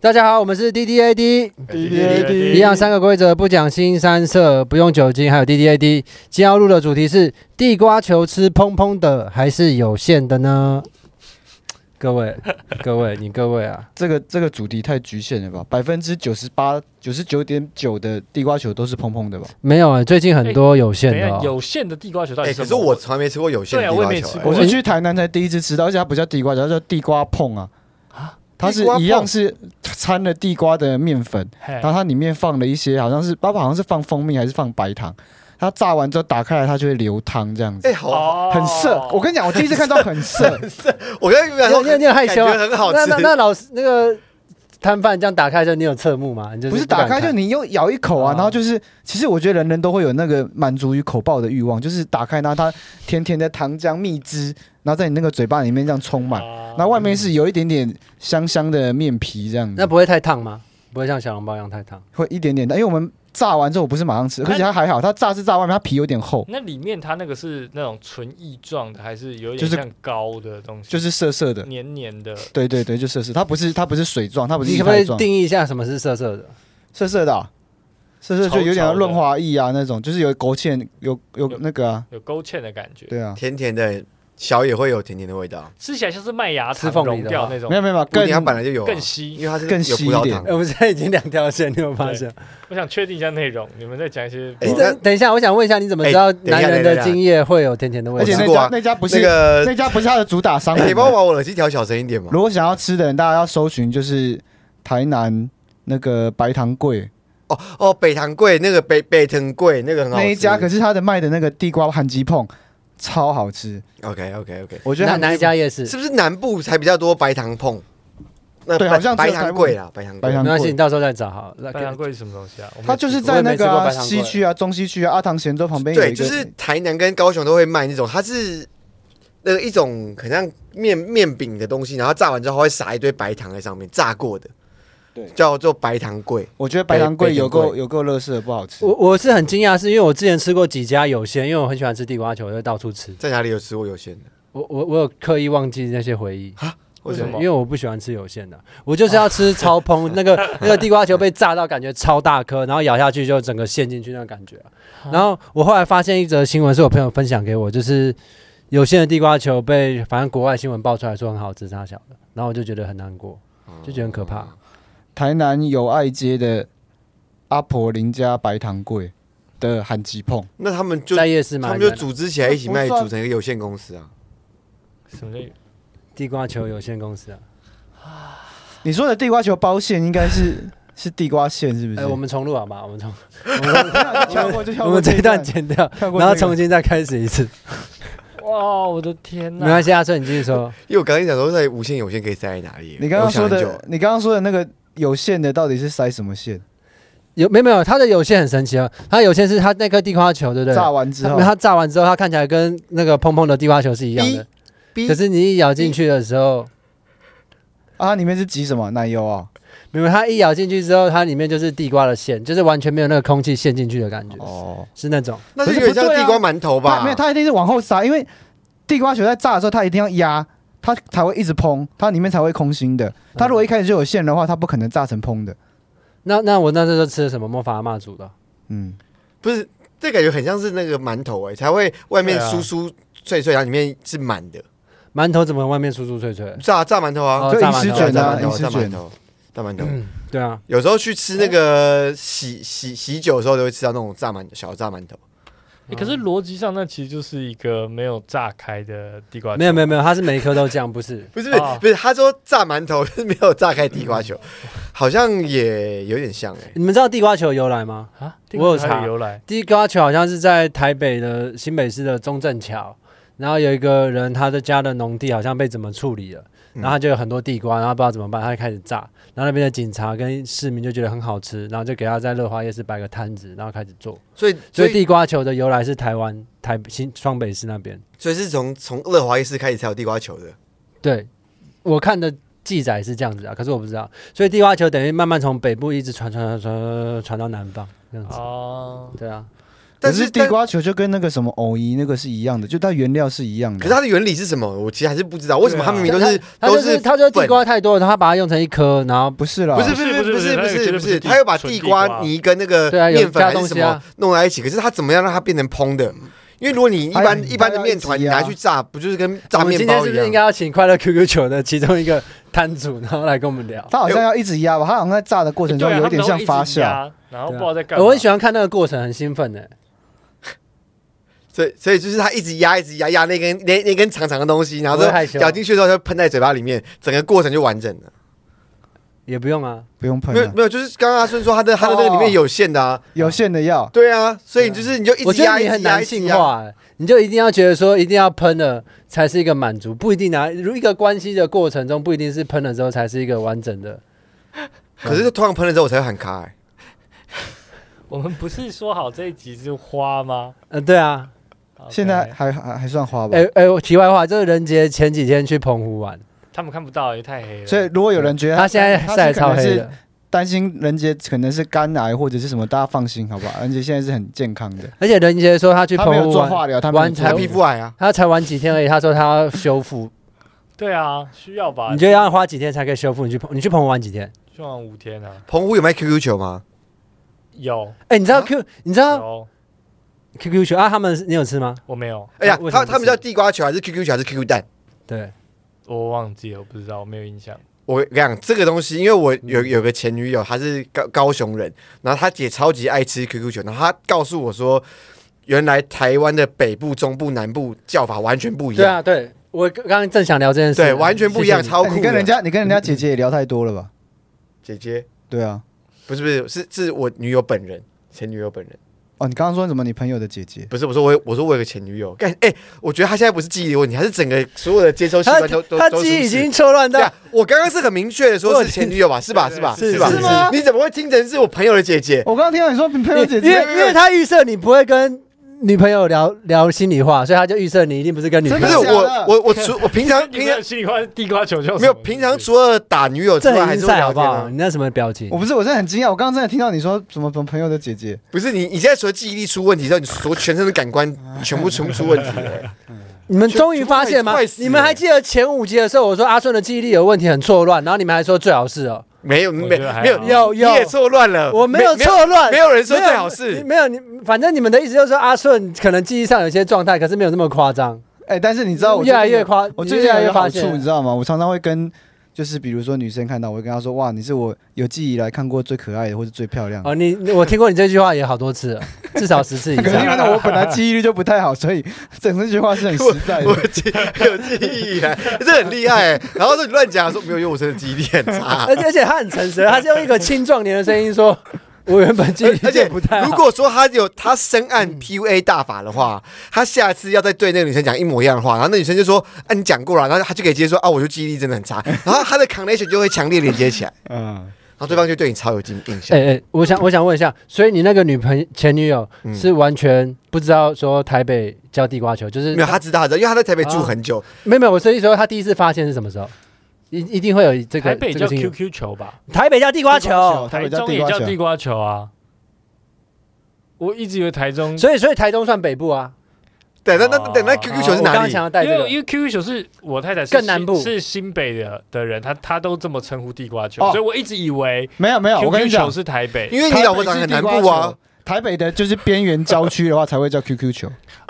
大家好，我们是 D D A D，滴滴滴滴一样三个规则，不讲新三色，不用酒精，还有 D D A D。今天要录的主题是地瓜球吃蓬蓬的还是有馅的呢？各 位，各位，你各位啊，这个这个主题太局限了吧？百分之九十八、九十九点九的地瓜球都是蓬蓬的吧？没有啊、最近很多有馅等一的、下，哦，有馅的地瓜球到哎、底是可什是么？我从来没吃过有馅的对啊地我也瓜没球、吃哎过我是去台南才第一次吃到，而且它不叫地瓜球，它叫地瓜碰啊。它是地瓜碰一样是掺了地瓜的面粉，嘿然后它里面放了一些，好像是爸爸好像是放蜂蜜还是放白糖，它炸完之后打开来，它就会流汤这样哎、子，好，哦很涩。我跟你讲，我第一次看到很 涩，我刚才原来说你你你很害羞啊感觉很好那吃，那那老师那个摊贩这样打开的时候，你有侧目吗？你就是不是敢打开就看你又咬一口啊哦，然后就是，其实我觉得人人都会有那个满足于口爆的欲望，就是打开，然后它甜甜的糖浆蜜汁，然后在你那个嘴巴里面这样充满，啊然后外面是有一点点香香的面皮这样那子，不会太烫吗？不会像小笼包一样太烫？会一点点的，因为我们炸完之后我不是马上吃，那而且它还好，它炸是炸外面，它皮有点厚，哦那里面它那个是那种纯液状的，还是有就点是像膏的东西？就是涩涩的，黏黏的。对对对，就涩涩，它不是它不是水状，它不是你液可不可态以状，定义一下什么是涩涩的？涩涩的啊，涩涩就有稠稠点像的润滑液啊那种，就是有勾芡，有有有那个啊，有勾芡的感觉，对啊。甜甜的小也会有甜甜的味道，吃起来像是麦芽吃糖凤梨融的啊掉话那种没，有没有，没有不一更定它本来就有、啊，更稀因。为它是更有稀葡萄一点糖哎，。我们现在已经两条线，你有发对现吗？我想确定一下内容，你们在讲一些哎你那等等一下，我想问一下，你怎么知道哎等一下男人等一的下精液会有甜甜的味而且道我那吃？过啊家那家不那是个，那家不是它的主打商哎你品帮我吗。把我耳机调小声一点嘛。如果想要吃的人，大家要搜寻就是台南那个白糖柜哦哦，北糖贵那个北北藤贵那个很好吃。那一家，可是它的卖的那个地瓜韩鸡碰超好吃， OK OK OK，我觉得哪韩哪一家夜市？是不是南部才比较多白糖碰？那对白好像只白有糖贵啦，白糖白贵。糖没关系，贵你到时候再找好了。白糖贵是什么东西啊？我没它就是吃过在那个我也没吃过啊白糖粿西区啊、中西区啊、阿唐咸粥旁边有对，一就个，是台南跟高雄都会卖那种，它是那个一种很像面面饼的东西，然后炸完之后它会撒一堆白糖在上面，炸过的，对叫做白糖桂。我觉得白糖柜有北北够糖粿有够乐色的，不好吃。我我是很惊讶，是因为我之前吃过几家有些，因为我很喜欢吃地瓜球，我就到处吃。在哪里有吃过有鲜的？我我我有刻意忘记那些回忆，为对什么因为我不喜欢吃有馅的，我就是要吃超蓬那个那个地瓜球被炸到感觉超大颗，然后咬下去就整个陷进去那种感觉啊、然后我后来发现一则新闻是我朋友分享给我，就是有馅的地瓜球被反正国外新闻爆出来说很好吃，差小的，然后我就觉得很难过，就哦觉得很可怕。台南友爱街的阿婆林家白糖柜的韩鸡碰，那他们就在夜市他买们就组织起来一起卖，不算组成一个有限公司啊。什么叫地瓜球有限公司啊。你说的地瓜球包馅应该是是地瓜馅是不哎、是？我们重录好吧？我们重，跳过就 跳我过们这一一段剪掉，跳过然后这个重新再开始一次。哇，我的天没哪关！系，阿顺，你继续说。因为我刚刚讲说在无限有限可以塞在哪里，啊你刚刚说我想很的久，你刚刚说的那个有线的到底是塞什么线？有没有没有？它的有些很神奇哦，它有些是它那颗地瓜球，对不对？炸完之它后，它炸完之后，它看起来跟那个蓬蓬的地瓜球是一样的， B 可是你一咬进去的时候，啊，里面是挤什么奶油啊？没有它一咬进去之后，它里面就是地瓜的馅，就是完全没有那个空气陷进去的感觉，哦，是那种。那就不有是点像不对地啊瓜馒头它吧？没有，它一定是往后塞，因为地瓜球在炸的时候，它一定要压，它才会一直蓬，它里面才会空心的。它如果一开始就有线的话，它不可能炸成蓬的。那那我那时候吃的什么魔法阿妈煮的，嗯，不是，这感觉很像是那个馒头哎、才会外面对啊酥酥脆脆，然后里面是满的。馒头怎么外面酥酥脆脆？炸炸馒头啊，哦就炸饮馒食头卷炸啊，馒饮头，食炸馒卷。头，炸馒头。对啊，有时候去吃那个喜喜喜酒的时候，都会吃到那种炸馒小炸馒头。欸可是逻辑上，那其实就是一个没有炸开的地瓜球。没有没有没有，它是每一颗都这样，不是？不是不是、哦不是，他说炸馒头是没有炸开地 瓜球，好像也有点像哎、你们知道地瓜球的由来吗？啊，我有地瓜球查的由来。地瓜球好像是在台北的新北市的中正桥，然后有一个人他的家的农地好像被怎么处理了，然后他就有很多地瓜，然后不知道怎么办，他就开始炸，然后那边的警察跟市民就觉得很好吃，然后就给他在乐华夜市摆个摊子，然后开始做。所以所所以以地瓜球的由来是台湾台新双北市那边。所以是从从乐华夜市开始才有地瓜球的。嗯对，我看的记载是这样子啊，可是我不知道，所以地瓜球等于慢慢从北部一直传传传传传传到南方这样子。哦，对啊，但可是是地，瓜球就跟那个什么藕泥那个是一样的，就它原料是一样的。但可是它的原理是什么？我其实还是不知道，为什么它明明都是它都啊就是是它就是地瓜太多了，它把它用成一颗，然后不是啦，不是不是不是不是不是是那个绝对不不是是，地他又把纯地地瓜瓜泥跟那个对啊有面粉加还是东什西啊么弄在一起，可是他怎么样让它变成蓬的？因为如果你一还有哎般一般的还有面团一你集拿啊去炸，不就是跟我炸们面今天包是一不是应样？该要请快乐 QQ 球的其中一个摊主，然后来跟我们聊？它好像要一直压吧，它好像在炸的过程中对啊有一点像他们都会发，一直酵。压然后不知道在干嘛。啊我很喜欢看那个过程，很兴奋欸的。所以所以就是他一直压一直压压那根那那根长长的东西，然后我会害羞咬进去之后就喷在嘴巴里面，整个过程就完整了。也不用啊，不用喷没有了，没有，就是刚刚阿顺说他的他的那个里面有限的哦啊，有限的药。对啊，所以就是你就一我直觉压得一你直很压男一直性压。化、欸，你就一定要觉得说一定要喷了才是一个满足，不一定啊。如一个关系的过程中，不一定是喷了之后才是一个完整的。可是突然喷了之后我才会喊卡哎，我们不是说好这一集是花吗？嗯，对啊。 OK 现在还还还算花吧哎、。哎、我题外话，就是任杰前几天去澎湖玩，他们看不到，也太黑了。所以如果有人觉得他现在他晒是可超能黑是的，担心人杰可能是肝癌或者是什么，大家放心好不好？人杰现在是很健康的，而且任杰说他去他没澎有湖做玩，化疗，他没有玩做哎才他皮肤癌啊，他才玩几天而已，他说他要修复，对啊，需要吧？你觉得要花几天才可以修复？你去澎你去澎湖玩几天？希望五天啊？澎湖有卖 QQ 球吗？有哎、你知道 Q、你啊知道有， QQ 球啊？他们你有吃吗？我没有，哎呀啊，为什他么他们是叫地瓜球还是 QQ 球还是 QQ 蛋？对，我忘记了，我不知道，我没有印象。我跟你讲这个东西，因为我有嗯有个前女友，她是高高雄人，然后她姐超级爱吃 QQ 球，然后她告诉我说，原来台湾的北部、中部、南部叫法完全不一对样，啊，对我刚刚正想聊这件事，对，完全不一样，谢谢你超哎酷你的。跟人家你跟人家姐姐也聊太多了吧？姐姐对啊，不是不是是是我女友本人，前女友本人哦，你刚刚说什么？你朋友的姐姐？不是我说我有我说我有个前女友，干哎、我觉得她现在不是记忆的问题，她是整个所有的接收习他惯都都他都记忆出已事经错乱对到啊，我刚刚是很明确的我说有是前女友吧，是吧？是吧？对是吧？是吗你怎么会听成是我朋友的姐姐？我刚刚听到你说你朋友姐因为姐，因为他预设你不会跟女朋友聊聊心里话，所以他就预设你一定不是跟女朋不真是的友。我假的我我除我平常你平没常有心里话是地瓜球球什么，没有，平常是除了打女友之这外，还很是阴会塞好聊不天好？啊你。那什么表情我？不是，我真的很惊讶，我刚刚真的听到你说什么什么朋友的姐姐，不是你，你现在除了记忆力出问题之后，你所全身的感官全部全部出问题 了。你们终于发现吗快？死了你们还记得前五集的时候，我说阿顺的记忆力有问题，很错乱，然后你们还说最好是哦，没有，我没觉得还好没有，有你有也错乱了。我没有呃没错乱，没有人说最好是你没有你，反正你们的意思就是说阿顺可能记忆上有些状态，可是没有那么夸嗯张。哎、但是你知道我越来最近有越夸我最越近来有一越个发好现处，你知道吗？我常常会跟，就是比如说女生看到，我会跟她说，哇，你是我有记忆以来看过最可爱的，或者最漂亮的。哦，你你我听过你这句话也好多次 了，至少十次以可是因为上。呢，我本来记忆力就不太好，所以整这句话是很实在我的。记有记忆以来，这很厉害、欸。然后说你乱讲，说没有，因为我真的记忆力很差。而且而且他很 诚实，他是用一个青壮年的声音说：“我原 本记忆力而且就不太如好。”嗯果说他有他深谙 PUA 大法的话，他下次要再对那个女生讲一模一样的话，然后那女生就说：“啊，你讲过了。”然后他就可以直接说：“啊，我就记忆力真的很差。”然后他的 connection 就会强烈连接起来，嗯，然后对方就对你超有印印象哎。哎，我想我想问一下，所以你那个女朋前女友嗯是完全不知道说台北教地瓜球，就是没有，他知道，他知道，因为他在台北住很久，没有没有，我所以说他第一次发现是什么时候？一一定会有这个台北这叫个经验 QQ 球吧，台北叫地瓜地球瓜球，哦台北叫中地也瓜叫球地瓜球啊。我一直以为台中，所以所以台中算北部啊。对，那那哦等那 QQ 球是我刚哪刚里想？要带因这为因个，为 QQ 球是我太太是更新南部是新北的的人，她她都这么称呼地瓜球，哦所以我一直以为没有没哎有，我跟 QQ 你讲球，是台北因为你老婆长得很南部啊，台北的就是边缘郊区的话才会叫 QQ 球。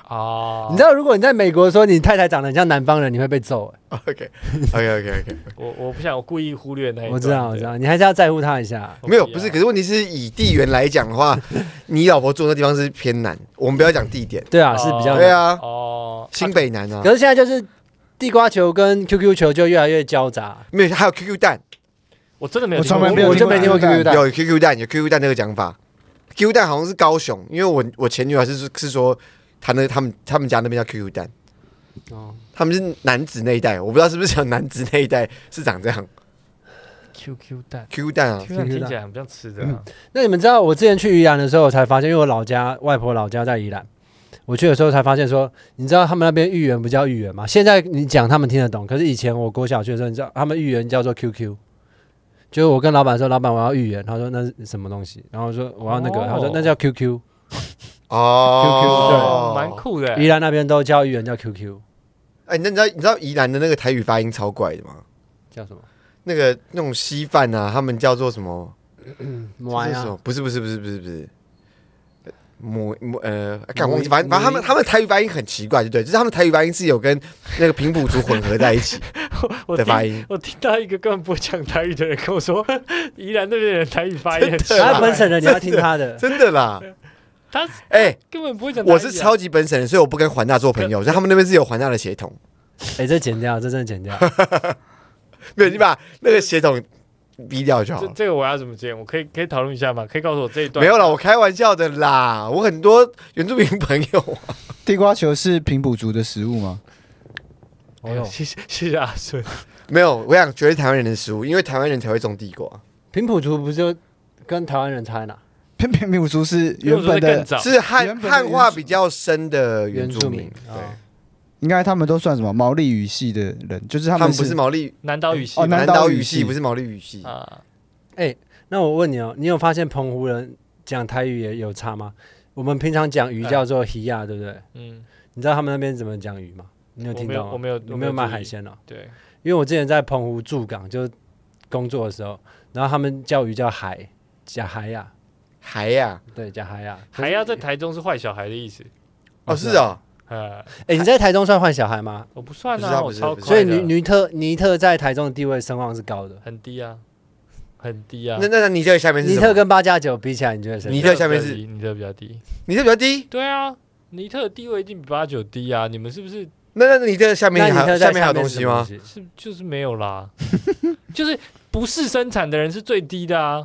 啊你知道如果你在美国说你太太长得很像南方人，你会被揍。哎 OK OK OK OK，我我不想，我故意忽略那一段。欸我知道对哦我知，道，你还是要在乎她一下。没有不是，可是问题是以地缘来讲的话，你老婆住的地方是偏南，我们不要讲地点，对啊，是比较哦对啊，哦，新北南啊可，是现在就是地瓜球跟 QQ 球就越来越交杂。没有还有 QQ 蛋，我真的没有我听过，从来没有我就没听过听过 QQ 蛋。有 QQ 蛋有 QQ 蛋这个讲法，QQ 蛋好像是高雄，因为我我前女友是是说她那他们他们家那边叫 QQ 蛋，哦他们是男子那一代，我不知道是不是讲男子那一代是长这样 QQ 蛋。 ，QQ 蛋啊， QQ 蛋听起来很像吃的啊，那你们知道我之前去宜兰的时候，我才发现，因为我老家外婆老家在宜兰，我去的时候才发现说，你知道他们那边芋圆不叫芋圆吗？现在你讲他们听得懂，可是以前我国小去的时候，你知道啊他们芋圆叫做 QQ。就是我跟老板说，老板我要芋圆，他说那是什么东西？然后我说我要那个，哦他说那叫 QQ。哦对，蛮。酷的。宜兰那边都叫芋圆叫 QQ，哎，那你知道你知道宜兰的那个台语发音超怪的吗？叫什么？那个那种稀饭啊，他们叫做什么？摩嗯这是呀，什么？不是不是不是不是不是。母母呃，看母忘记，反正反正他们他们台语发音很奇怪，对不对？就是他们台语发音是有跟那个平埔族混合在一起我的听发音。我听到一个根本不讲台语的人跟我说， 宜兰那边的人台语发音很奇真的啊他怪，本省人，你要听他 的。真的啦，他哎、根本不会讲台语啊。我是超级本省人，所以我不跟环大做朋友。所以他们那边是有环大的血统，哎，这剪掉，这真的剪 掉。没有你把那个血统逼掉就好这了。这个我要怎么剪？我可以可以讨论一下吗？可以告诉我这一段没有啦，我开玩笑的啦。我很多原住民朋友，地瓜球是平埔族的食物吗？哦哟，谢 谢谢谢阿顺，没有，我想绝对是台湾人的食物，因为台湾人才会种地瓜，平埔族不就跟台湾人差在哪？偏偏平埔族是因原为我本说的更的，早，是原汉本的汉化原住比较深的原原住住民民。哦对，应该他们都算什么毛利语系的人，就是他他们们不是毛利南岛语系哦吧南南岛岛语语系系，不是毛利语系。啊，哎，那我问你哦，你有发现澎湖人讲台语也有差吗？我们平常讲鱼哎叫做 h i y a 对不对？嗯，你知道他们那边怎么讲鱼吗？你有我听没到有吗？我没有你我没没有有卖注意海鲜哦？对，因为我之前在澎湖驻港就工作的时候，然后他们叫鱼叫海，假海呀、还呀，对，假海呀、还要在台中是坏小孩的意思，哦是哦，呃，哎、你在台中算换小孩吗？我不算不是啊啊，我不是超不是所快以的尼尼特尼特在台中的地位声望是高的。很低啊，很低啊那，那那尼特下面是尼什特么？跟八加九比起来，你觉得谁？尼特下面比较是低尼特比较低，尼特比较低，对啊，尼特的地位一定比八九低啊，你们是不是那那尼特下那面尼还特有在下面还有东是西什么吗？？是就是没有啦，就是不是生产的人是最低的啊，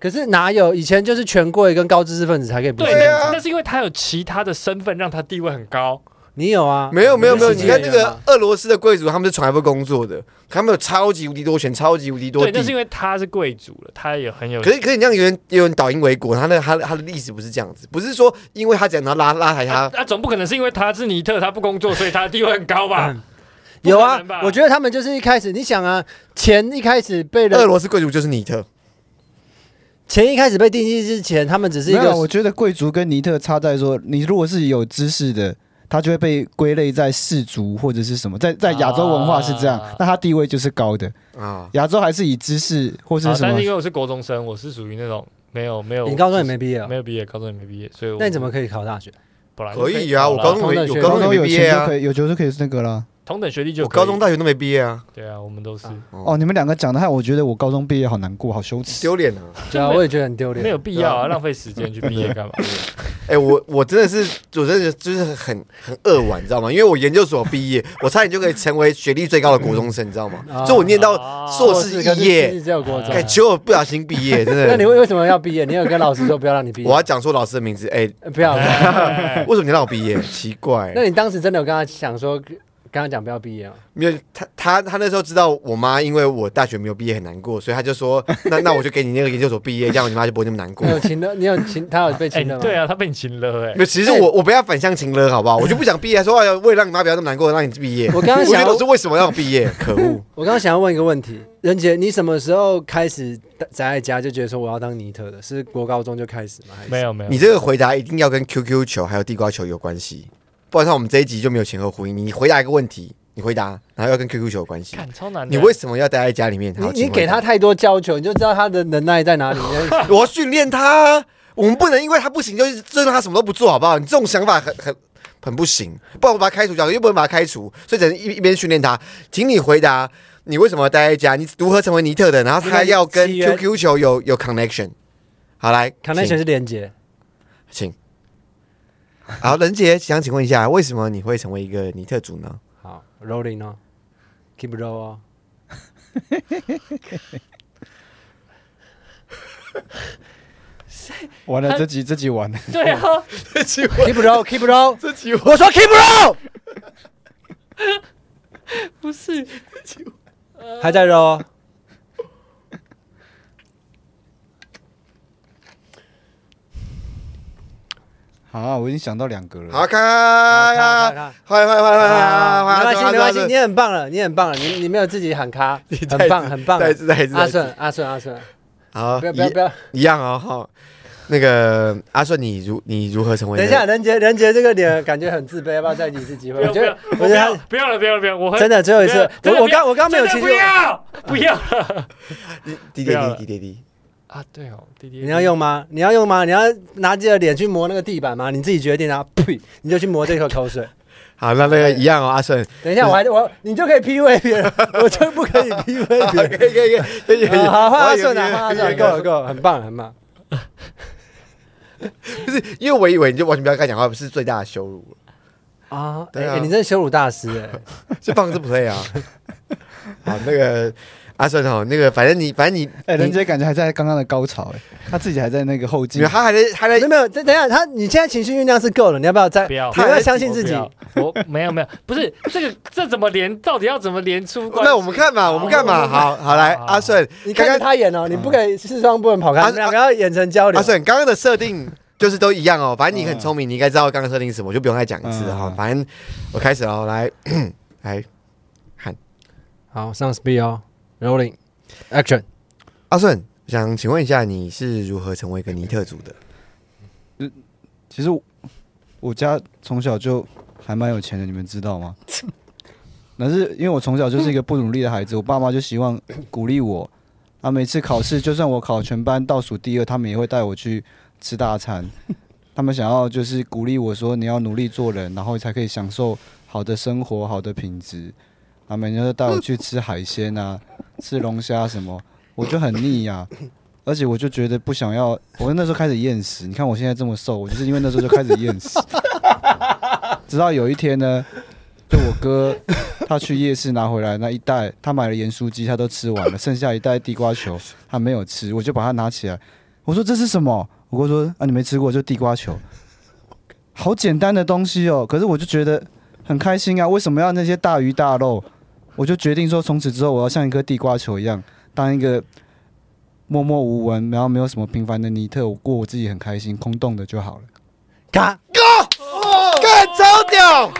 可是哪有？以前就是权贵跟高知识分子才可以比。对对啊那是因为他有其他的身份让他地位很高，你有啊？没有没有没有，是你看这那样个吗俄罗斯的贵族，他们是从来不工作的，他们有超级无敌多钱，超级无敌多对，那是因地。为他是贵族了，他也很有可是可是你这样有人有人倒因为国，他那他他的历史不是这样子，不是说因为他怎样然后拉拉抬啊他，那、总不可能是因为他是尼特，他不工作，所以他地位很高吧？不有可啊能吧？我觉得他们就是一开始，你想啊，钱一开始被俄人，罗斯贵族就是尼特，钱一开始被定义之前，他们只是一没有，个我觉得贵族跟尼特差在说，你如果是有知识的，他就会被归类在氏族或者是什么，在在亚洲文化是这样啊，那他地位就是高的。啊，亚洲还是以知识或啊是什但么是因为我是国中生，我是属于那种没有没有，你高中也没毕业没哦，有毕业，高中也没毕业，所以我那你怎么可以考大 学？本来就可以啊，考我啦高中同没等学我历高高中中没有毕业钱就啊可，以，有球就可以是那个了。同等学历就我可以高中大学都没毕业啊，对啊，我们都是、啊哦，你们两个讲的害我觉得我高中毕业好难过，好羞耻。丢脸啊！对啊，我也觉得很丢脸没。有必要啊，浪费时间去毕业干嘛？哎、我我真的是，我真的就是很很扼腕，你知道吗？因为我研究所毕业， 我差点就可以成为学历最高的国中生，你知道吗？啊所以我念到啊硕士可是毕业其实只有国中哎，。结果不小心毕业，真那你的。为为什么要毕业？你有跟老师说不要让你毕业？我要讲出老师的名字，哎、呃不要。不 要哎为什么你让我毕业？奇怪那，你当时真的有跟他想说，跟他讲不要毕业吗？没有他他他那时候知道我妈因为我大学没有毕业很难过，所以他就说，那那我就给你那个研究所毕业，这样你妈就不会那么难过你。有亲的，你有亲，他有 被哎亲的吗？对啊，他被你擒了哎、没有，其实我我不要反向情了，好不好？我就不想毕业，说哎呀，为了让你妈不要那么难过，让你毕业。我刚刚我觉想得要我是为什么要毕 业？可恶！我刚刚想要问一个问题，任姐，你什么时候开始宅在家就觉得说我要当尼特的？是国高中就开始吗？还是没有没有，你这个回答一定要跟 QQ 球还有地瓜球有关系，不然的话我们这一集就没有前后呼应。你回答一个问题，你回答，然后要跟 QQ 球有关系。看超难的，你为什么要待在家里面？好你你请回给他答太多要求，你就知道他的能耐在哪里。 你看 我要训练他，我们不能因为他不行就一直就让他什么都不做，好不好？你这种想法很很很不行，不然我把他开除掉，又不能把他开除，所以只能一一边训练他，请你回答。你为什么要待在家？你如何成为尼特的？然后他要跟因为契约 QQ 球有有 connection。好，来 connection 是连接，请。好，任杰，想请问一下，为什么你会成为一个尼特族呢？好，rolling 哦，keep roll 哦。完了，他这集这集完了， 对啊，这集 Keep roll, keep roll。 这集我我说 keep roll， 不是还在 roll 哦。好啊，我已经想到两个了。好咔看咔哎呀，咔欢迎欢迎欢迎啊没欢关迎系，欢迎没欢关迎系，你很棒了，你很棒了，你你没有自己喊卡，很棒，很棒。啊再一次再一次再阿一次，顺，阿顺，阿顺，好不要不要不要，一一样哦哈。那个阿顺，你如你如何成为？等一下，，任杰，任杰这个脸感觉很自卑，要不要再给你一次机不会？要我不觉得，要我我觉得不要不要了不要了不要，我他很真的最后一真次的，我真的我不要刚我刚没有真情的绪 不，要不要了滴不滴要滴了滴滴滴，啊！对哦，弟弟，你要用吗？你要用吗？你要拿自己的脸去磨那个地板吗？你自己决定啊！呸，你就去磨这口口水。好，那那个一样哦，阿顺，等一下，我还我你就可以 PUA 别人，我就不可以 PUA 别可以人。可以可以可 以，啊好，换阿顺啊，我换以为阿顺啊，够了够了，很棒很棒。不是因为我以为你就完全不要跟他讲话，是最大的羞辱，啊，哎、对啊哎你真是羞辱大师哎、就放置 play 啊。好，那个阿顺哦，那个反正你反正你，哎，你人杰感觉还在刚刚的高潮，哎，他自己还在那个后你劲们。他还在还没在有没有，等等一下他，你现在情绪酝酿是够了，你要不要再？不要你要不要相信自己。我不要我没有没有，不是这个这怎么连？到底要怎么连出关系？那我们看嘛，我们看嘛，好好来，好阿顺，你看着他演哦，你不可以视窗不能跑开，啊你们两个要眼神交流阿。顺刚刚的设定就是都一样哦，反正你嗯很聪明，你应该知道刚刚设定是什么，我就不用再讲一次哈。嗯反正我开始了哦，来 来，好，上 speed 哦，rolling action。阿顺，我想请问一下，你是如何成为一个尼特族的？其实我我家从小就还蛮有钱的，你们知道吗？但是因为我从小就是一个不努力的孩子，我爸妈就希望鼓励我。啊，每次考试，就算我考全班倒数第二，他们也会带我去吃大餐。他们想要就是鼓励我说，你要努力做人，然后才可以享受好的生活、好的品质。他们就带我去吃海鲜啊，吃龙虾什么，我就很腻啊呀、而且我就觉得不想要，我那时候开始厌食。你看我现在这么瘦，我就是因为那时候就开始厌食。直到有一天呢，就我哥他去夜市拿回来那一袋，他买了盐酥鸡，他都吃完了，剩下一袋地瓜球他没有吃，我就把它拿起来，我说这是什么？我哥说啊你没吃过，就地瓜球，好简单的东西哦。可是我就觉得很开心啊，为什么要那些大鱼大肉？我就决定说，从此之后我要像一颗地瓜球一样，当一个默默无闻，然后没有什么平凡的尼特，我过我自己很开心，空洞的就好了。嘎，干超屌！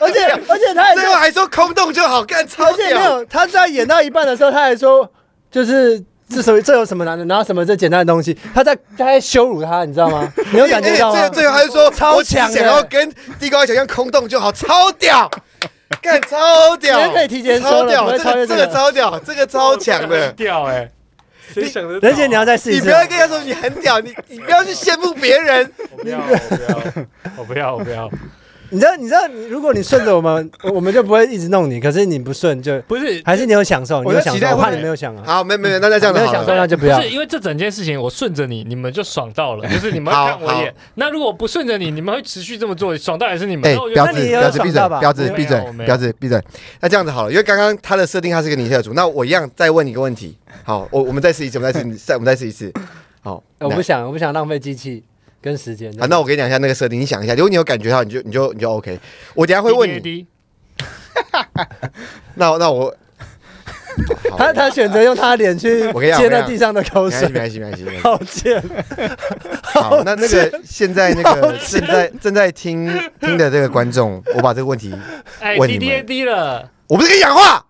而 且而且他也最后还说空洞就好，干超哎而且没屌！有，他在演到一半的时候，他还说，就是这什么这有什么难的，拿什么这简单的东西，他在他在羞辱他，你知道吗？你有感觉到而吗且？哎最后还是说超我只强的想要跟地瓜球一样空洞就好，超屌！干超你屌！还可以提前说超了不屌！会这超越这个这个个超屌，这个超 强的。 掉哎，谁想得到啊？任姐，你要再试一你次不。要跟他说你很屌，你你不要去羡慕别人。我不要，我不要，我不要，我 不要，你知道，你知道，你如果你顺着我们，我我们就不会一直弄你。可是你不顺，就不是还是你有享受，你我有在享期受，待我怕未你来没有享啊。好，没没，那 那这样没有子好享了哎受，。那就不不要。是因为这整件事情，我顺着你，你们就爽到了，就是你们好看我一眼好。那如果不顺着你，你们会持续这么做，爽到也是你们。哎那我，就彪那子，你也有彪子，闭爽到嘴吧，彪子，我没闭有嘴我没，有彪子，闭嘴。那这样子好了，因为刚刚他的设定他是个尼特族，那我一样再问你一个问题。好，我我们再试一次，我们再试一次，再我们再试一次。好，呃我来不想，我不想浪费机器跟时间。啊好，那我给你讲一下那个设定，你想一下，如果你有感觉到，你就你就你就 OK。我等一下会滴问滴你，滴那 那我，好他他选择用他的脸去我跟你讲接我跟你那讲地上的口没关系，水，没关系，没关系。没关系好贱。好，那那个现在那抱个正在正在听听的这个观众，我把这个问题，哎，问滴你们滴滴了，我不是跟你讲话，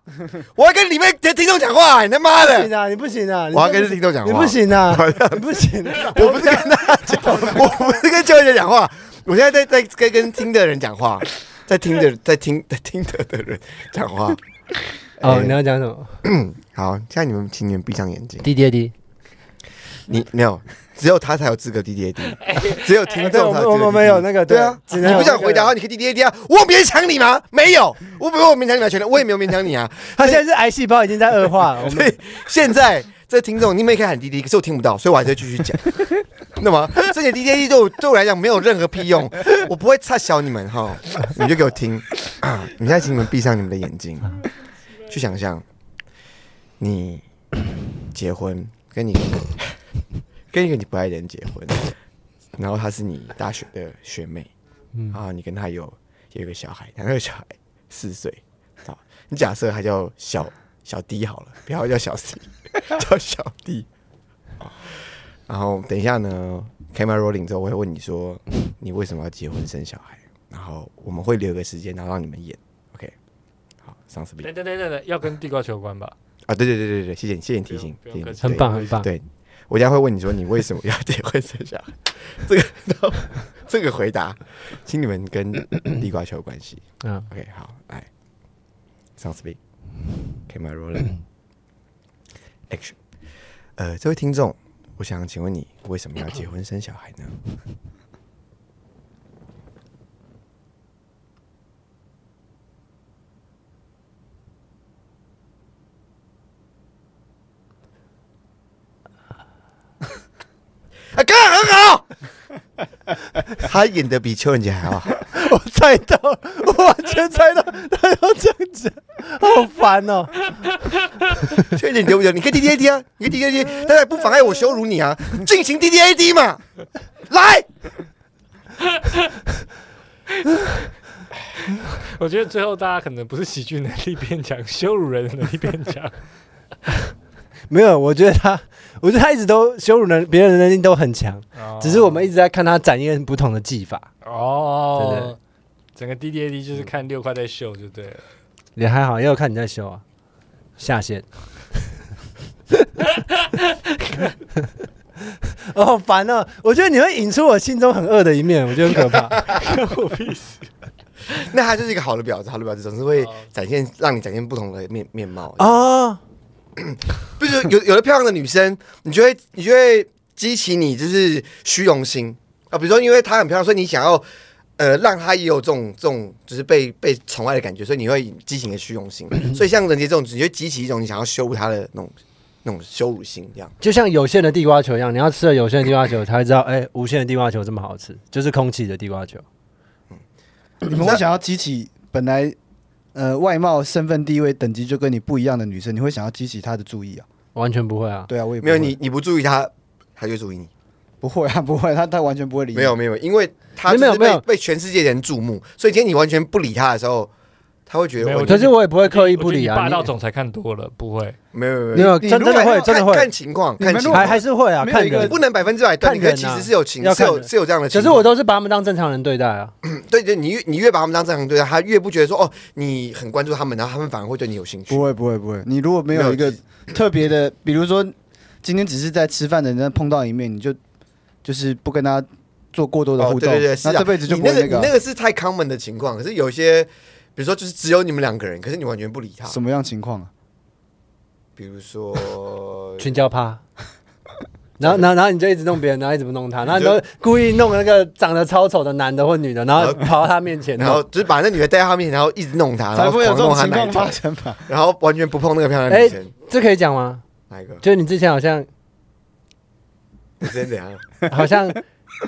我要跟里面的听众讲话，你他妈不的！行啊！你不行啊！你我要跟这听众讲话，你不，行啊！你不行啊！我不是跟他讲， 我不是跟教练讲话，我现在在在在跟听的人讲话，在听的在听在听的的人讲话。 哦，哎你要讲什么？好，现在你们请你们闭上眼睛，滴滴滴。你没有，只有他才有资格 D D A D，只有听哎对，众我才们有资格 DDAD。我们没有那个，对啊，只你能有不想那个回答的话，你可以 D D A D 啊，我勉强你吗？没有，我没有我勉强你的权利，我也没有勉强你啊。他现在是癌细胞已经在恶化了，我所们以现在这听众，你们也可以喊滴滴，可是我听不到，所以我还是会继 续讲。那么这些 D D A D 对我对我来讲没有任何屁用，我不会差小你们哈，你们就给我听。 啊你们现在请你们闭上你们的眼睛，去想象你结婚，跟你跟一个你不爱的人结婚，然后她是你大学的学妹，嗯然后你跟她有有一个小孩，然后那个小孩四岁，好，你假设他叫小小 D 好了，不要叫小 C，叫小 D。然后等一下呢，camera rolling 之后，我会问你说你为什么要结婚生小孩，然后我们会留个时间，然后让你们演，OK？好，上次比等等等等等，要跟地瓜球有关吧？啊，对对对对对，谢谢你，谢谢你提醒不，谢谢用不用你客气很棒很棒。对，我等一下会问你说你为什么要结婚生小孩，这个这个回答，请你们跟地瓜球有关系。嗯， OK，好，来，Sounds big。Camera rolling。Action。呃，这位听众，我想请问你为什么要结婚生小孩呢？啊，刚刚很好， 他演的比邱仁杰还好。我猜到，我完全猜到他要这样子，好烦哦！确认你丢不丢？你可以 D D A D 啊，你可以 D D A D，但是不妨碍我羞辱你啊！进行 D D A D 嘛，来，我觉得最后大家可能不是喜剧能力变强，羞辱人的能力变强。没有，我觉得他，我觉得他一直都羞辱人，别人的能力都很强，只是我们一直在看他展现不同的技法，对不哦，整个 D D A D 就是看六块在秀就对了。也还好，也有看你在修啊，下线。 我好烦哦！我觉得你会引出我心中很恶的一面，我觉得很可怕。我必须那他就是一个好的婊子，好的婊子总是会展现让你展现不同的面面貌啊。哦，不是有有的漂亮的女生，你就会你就会激起你就是虚荣心啊，比如说因为她很漂亮，所以你想要。呃，让她也有这种这种就是被被宠爱的感觉，所以你会激起你的虚荣心。所以像人杰这种，你就会激起一种你想要羞辱她的那种那种羞辱心，这样。就像有限的地瓜球一样，你要吃了有限的地瓜球，才会知道，哎、无限的地瓜球这么好吃，就是空气的地瓜球。 你们会想要激起本来呃外貌、身份、地位、等级就跟你不一样的女生，你会想要激起她的注意啊？完全不会啊！对啊，我也不没有会你你不注意她，她就注意你。不会啊， 不会，她她完全不会理你。没有没有，因为他没就是有没有被被全世界人注目，所以今天你完全不理他的时候，他会觉得没有我我觉可得是我也不会刻意不理我觉得你啊。霸道你总裁看多了，不会。没有没有没没有，有，你真如真果的看会，真的看会看，情况，你们看情如果还况，还是会啊，没有看一个人你。不能百分之百看断定，可人是其啊实是有情要是有看人是有这样的情可况。是我都是把他们当正常人对待啊。，对对，你越你越把他们当正常对待，他越不觉得说哦，你很关注他们，然后他们反而会对你有兴趣不。会不会不会，你如果没没有有一个特别的，比如说今天只是在吃饭的人碰到一面，你就就是不跟他做过多的哦，互对动，对对，是啊，那这辈子就你不那会个那你个啊、那个是太 common 的情况，可是有些。比如说，就是只有你们两个人，可是你完全不理他。什么样情况啊？比如说 群交趴。然后，然后，然后你就一直弄别人，然后一直不弄他，然后你就都故意弄那个长得超丑的男的或女的，然后跑到他面前，然后就是把那女的带到他面前，然后一直弄啊她，然才后不会有狂弄这种她情奶况头发，生吧？然后完全不碰那个漂亮的女哎生。这可以讲吗？哪一个？就是你之前好像你真怎样？好像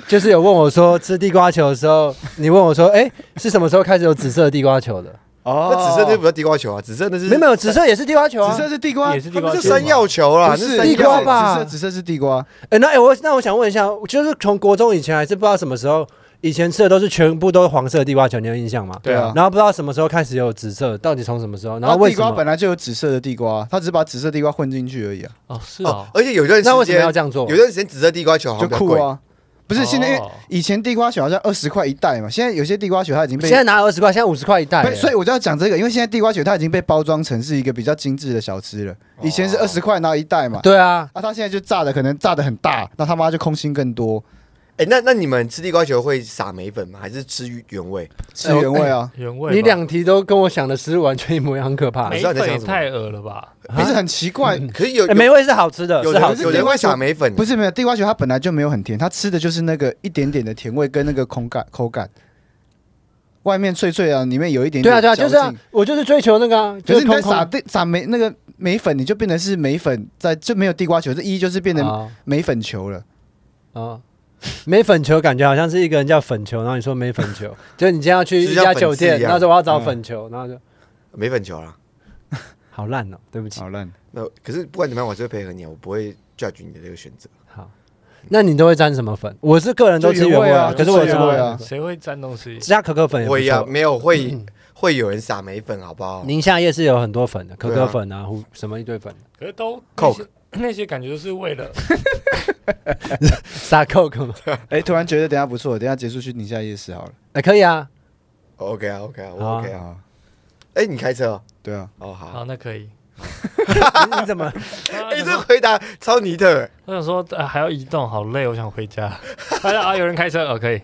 就是有问我说吃地瓜球的时候，你问我说，哎，是什么时候开始有紫色的地瓜球的？哦那紫色那不叫地瓜球啊，紫色那是没有没有，紫色也是地瓜球啊紫。色是地瓜，也是地它瓜不球是吗，山药球啦，不那是山地瓜药吧紫色紫色是地瓜，哎，那哎我那我想问一下，就是从国中以前还是不知道什么时候，以前吃的都是全部都是黄色的地瓜球，你有印象吗？对啊啊。然后不知道什么时候开始有紫色，到底从什么时候？然后它为地什瓜本么？来就有紫色的地瓜，它只是把紫色地瓜混进去而已啊，哦，是哦哦，，而且有一段那为时什么间要这样做？啊有一段时间紫色地瓜球哦好像就比较酷贵，啊。不是现在，因为哦以前地瓜球好像二十块一袋嘛，现在有些地瓜球它已经被现在哎拿二十块，现在五十块一袋不耶。是所以我就要讲这个，因为现在地瓜球它已经被包装成是一个比较精致的小吃了。以前是哦二十块拿一袋嘛，对啊，啊，它现在就炸的可能炸的很大，那他妈就空心更多，哎，那那你们吃地瓜球会撒梅粉吗？还是吃原 味？吃原哎味啊，原味吧。你两题都跟我想的食物完全一模一样，很可怕。没梅我知道你在粉想什也么太恶了吧？不是很奇怪？可是有哎有梅味是好吃的，有是好人吃有的人。会撒梅粉，嗯不是没有地瓜球，它本来就没有很甜，它吃的就是那个一点点的甜味跟那个口感口感，外面脆脆啊，里面有一点对点啊对啊，嚼就是啊劲，我就是追求那个啊，可就是你在空空撒地撒梅那个梅粉，你就变成是梅粉在就没有地瓜球，这一就是变成啊梅粉球了。啊。没粉球感觉好像是一个人叫粉球，然后你说没粉球，就是你今天要去就一像家粉丝酒店，一样然后说我要找粉球，然后就梅粉球啦。好烂哦，对不起。好烂，那可是不管怎么样，我是会配合你啊，我不会 judge 你的这个选择。好，那你都会沾什么粉？我是个人都吃就原原味味啊啊，可是我就吃原过味啊谁会沾东西？加可可粉也不我也要错。嗯没有会会有人撒梅粉，好不好？宁夏夜市有很多粉的，可对啊可粉啊，胡什么一堆粉，可是都 Coke 那些那些感觉都是为了撒 Coke 吗？哎，突然觉得等一下不错，等一下结束去宁夏夜市好了。哎，可以啊， OK 啊，OK 啊，我好啊 OK 啊。啊，哎，你开车哦？对啊，哦，好。好，那可以。你你怎么？哎、这回答超尼特、欸，我想说，呃，还要移动，好累，我想回家。 他说啊，有人开车，哦，可以。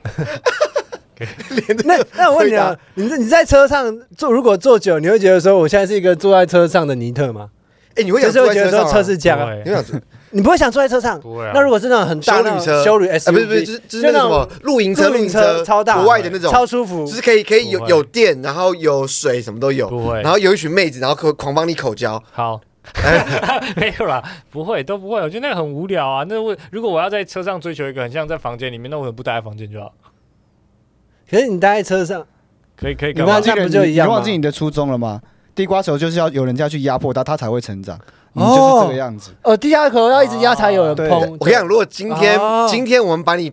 那那我问你 啊，你在你在车上坐，如果坐久，你会觉得说我现在是一个坐在车上的尼特吗？哎、你会就想是坐会在觉得车说上、啊？车是这样啊，你会对想坐，你不会想坐在车上。不会啊。那如果是那种很大修旅那种车修旅哎，不是 SUV，不是，就是就是就那那什么种露营车、露露营营车超大，国外的那种，超舒服就。是可以可以有国外有电，然后有水，什么都有，不会，然后有一群妹子，然后狂狂帮你口交，好，哎 没有啦，不会，都不会。我觉得那个很无聊啊。那我如果我要在车上追求一个很像在房间里面，那我也不待在房间就好。可是你待在车上，可以，可以你那干嘛忘？记不就一样你吗忘记你的初衷了吗？地瓜球就是要有人家去压迫它，它才会成长。你哦就是这个样子。哦，地下口要一直压才有人对碰。啊我跟你讲，如果今天、哦今天我们把你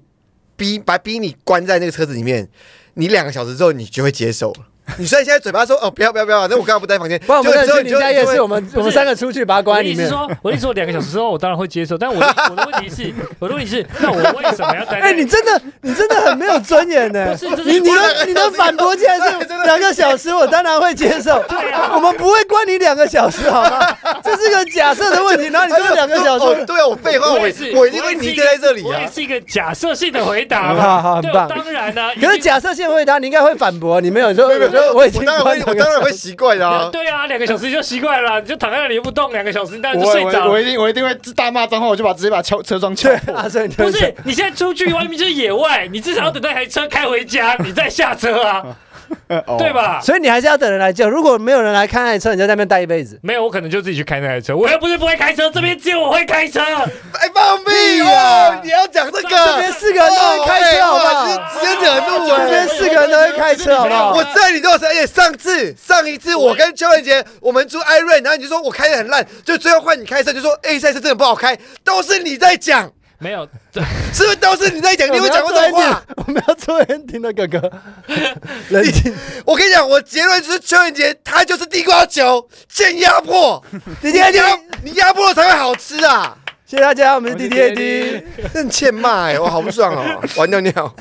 逼把逼你关在那个车子里面，你两个小时之后你就会接受 了。你虽然现在嘴巴说哦不要不要不要，那我刚刚不在房间，不然我们就在之后去你你就家夜就会市，我们我们三个出去把它关我在的里意思面是。说，我的意思说，两个小时之后我当然会接受，但我的我的问题是，我的问题是，那我为什么要待在？ 哎，你真的你真的很没有尊严 呢。不是这是你你我的你的反驳竟然是两个小时，我当然会接 受。对啊我们不会关你两个小时好吗？这是个假设的问题，然后你他就说两个小哦时。对啊，我废话，我也是，我一定会泥是贴在这里我也啊。是一个假设性的回答 好好嘛。很对，棒当然啊啦。一可是定假设性回答，你应该会反驳，你没有说没有没有没有，，我我已经当然关会，两我个当小然时。会习惯的啊。对啊，两个小时就习惯了，你就躺在那里不动，两个小时，当然就我睡着我我了。一定我一定会大骂脏话，我就把直接把敲车窗敲对 破。啊，所以你就 不是，你现在出去外面就是野外，你至少要等那台车开回家，你再下车 啊，哦对？吧？所以你还是要等人来救。如果没有人来看那台车，你就在那边待一辈子。没有，我可能就自己去开那台车。我又不是不会开车，这边只有我会 开车。哎，放屁哦！你要讲这个，啊哦这边四个人都会开车，好不好？直接惹怒这边哦哎我。四个人都会开车，好不好我？在你多少次？而且上次上一次我跟邱文杰，我们住艾瑞，然后你就说我开的很烂，就最后换你开车，就说哎，赛车真的不好开，都是你在讲，没有，是不是都是你在讲？你有没有讲过这种话？我们要做 ending 的哥哥，冷静。我跟你讲，我结论就是邱文杰他就是地瓜球，见压 迫，滴滴你压 AD，你压迫了才会好吃啊！谢谢大家，我们是我是滴滴 DDAD AD。欸真的欠骂哎、我好不爽哦，玩尿尿。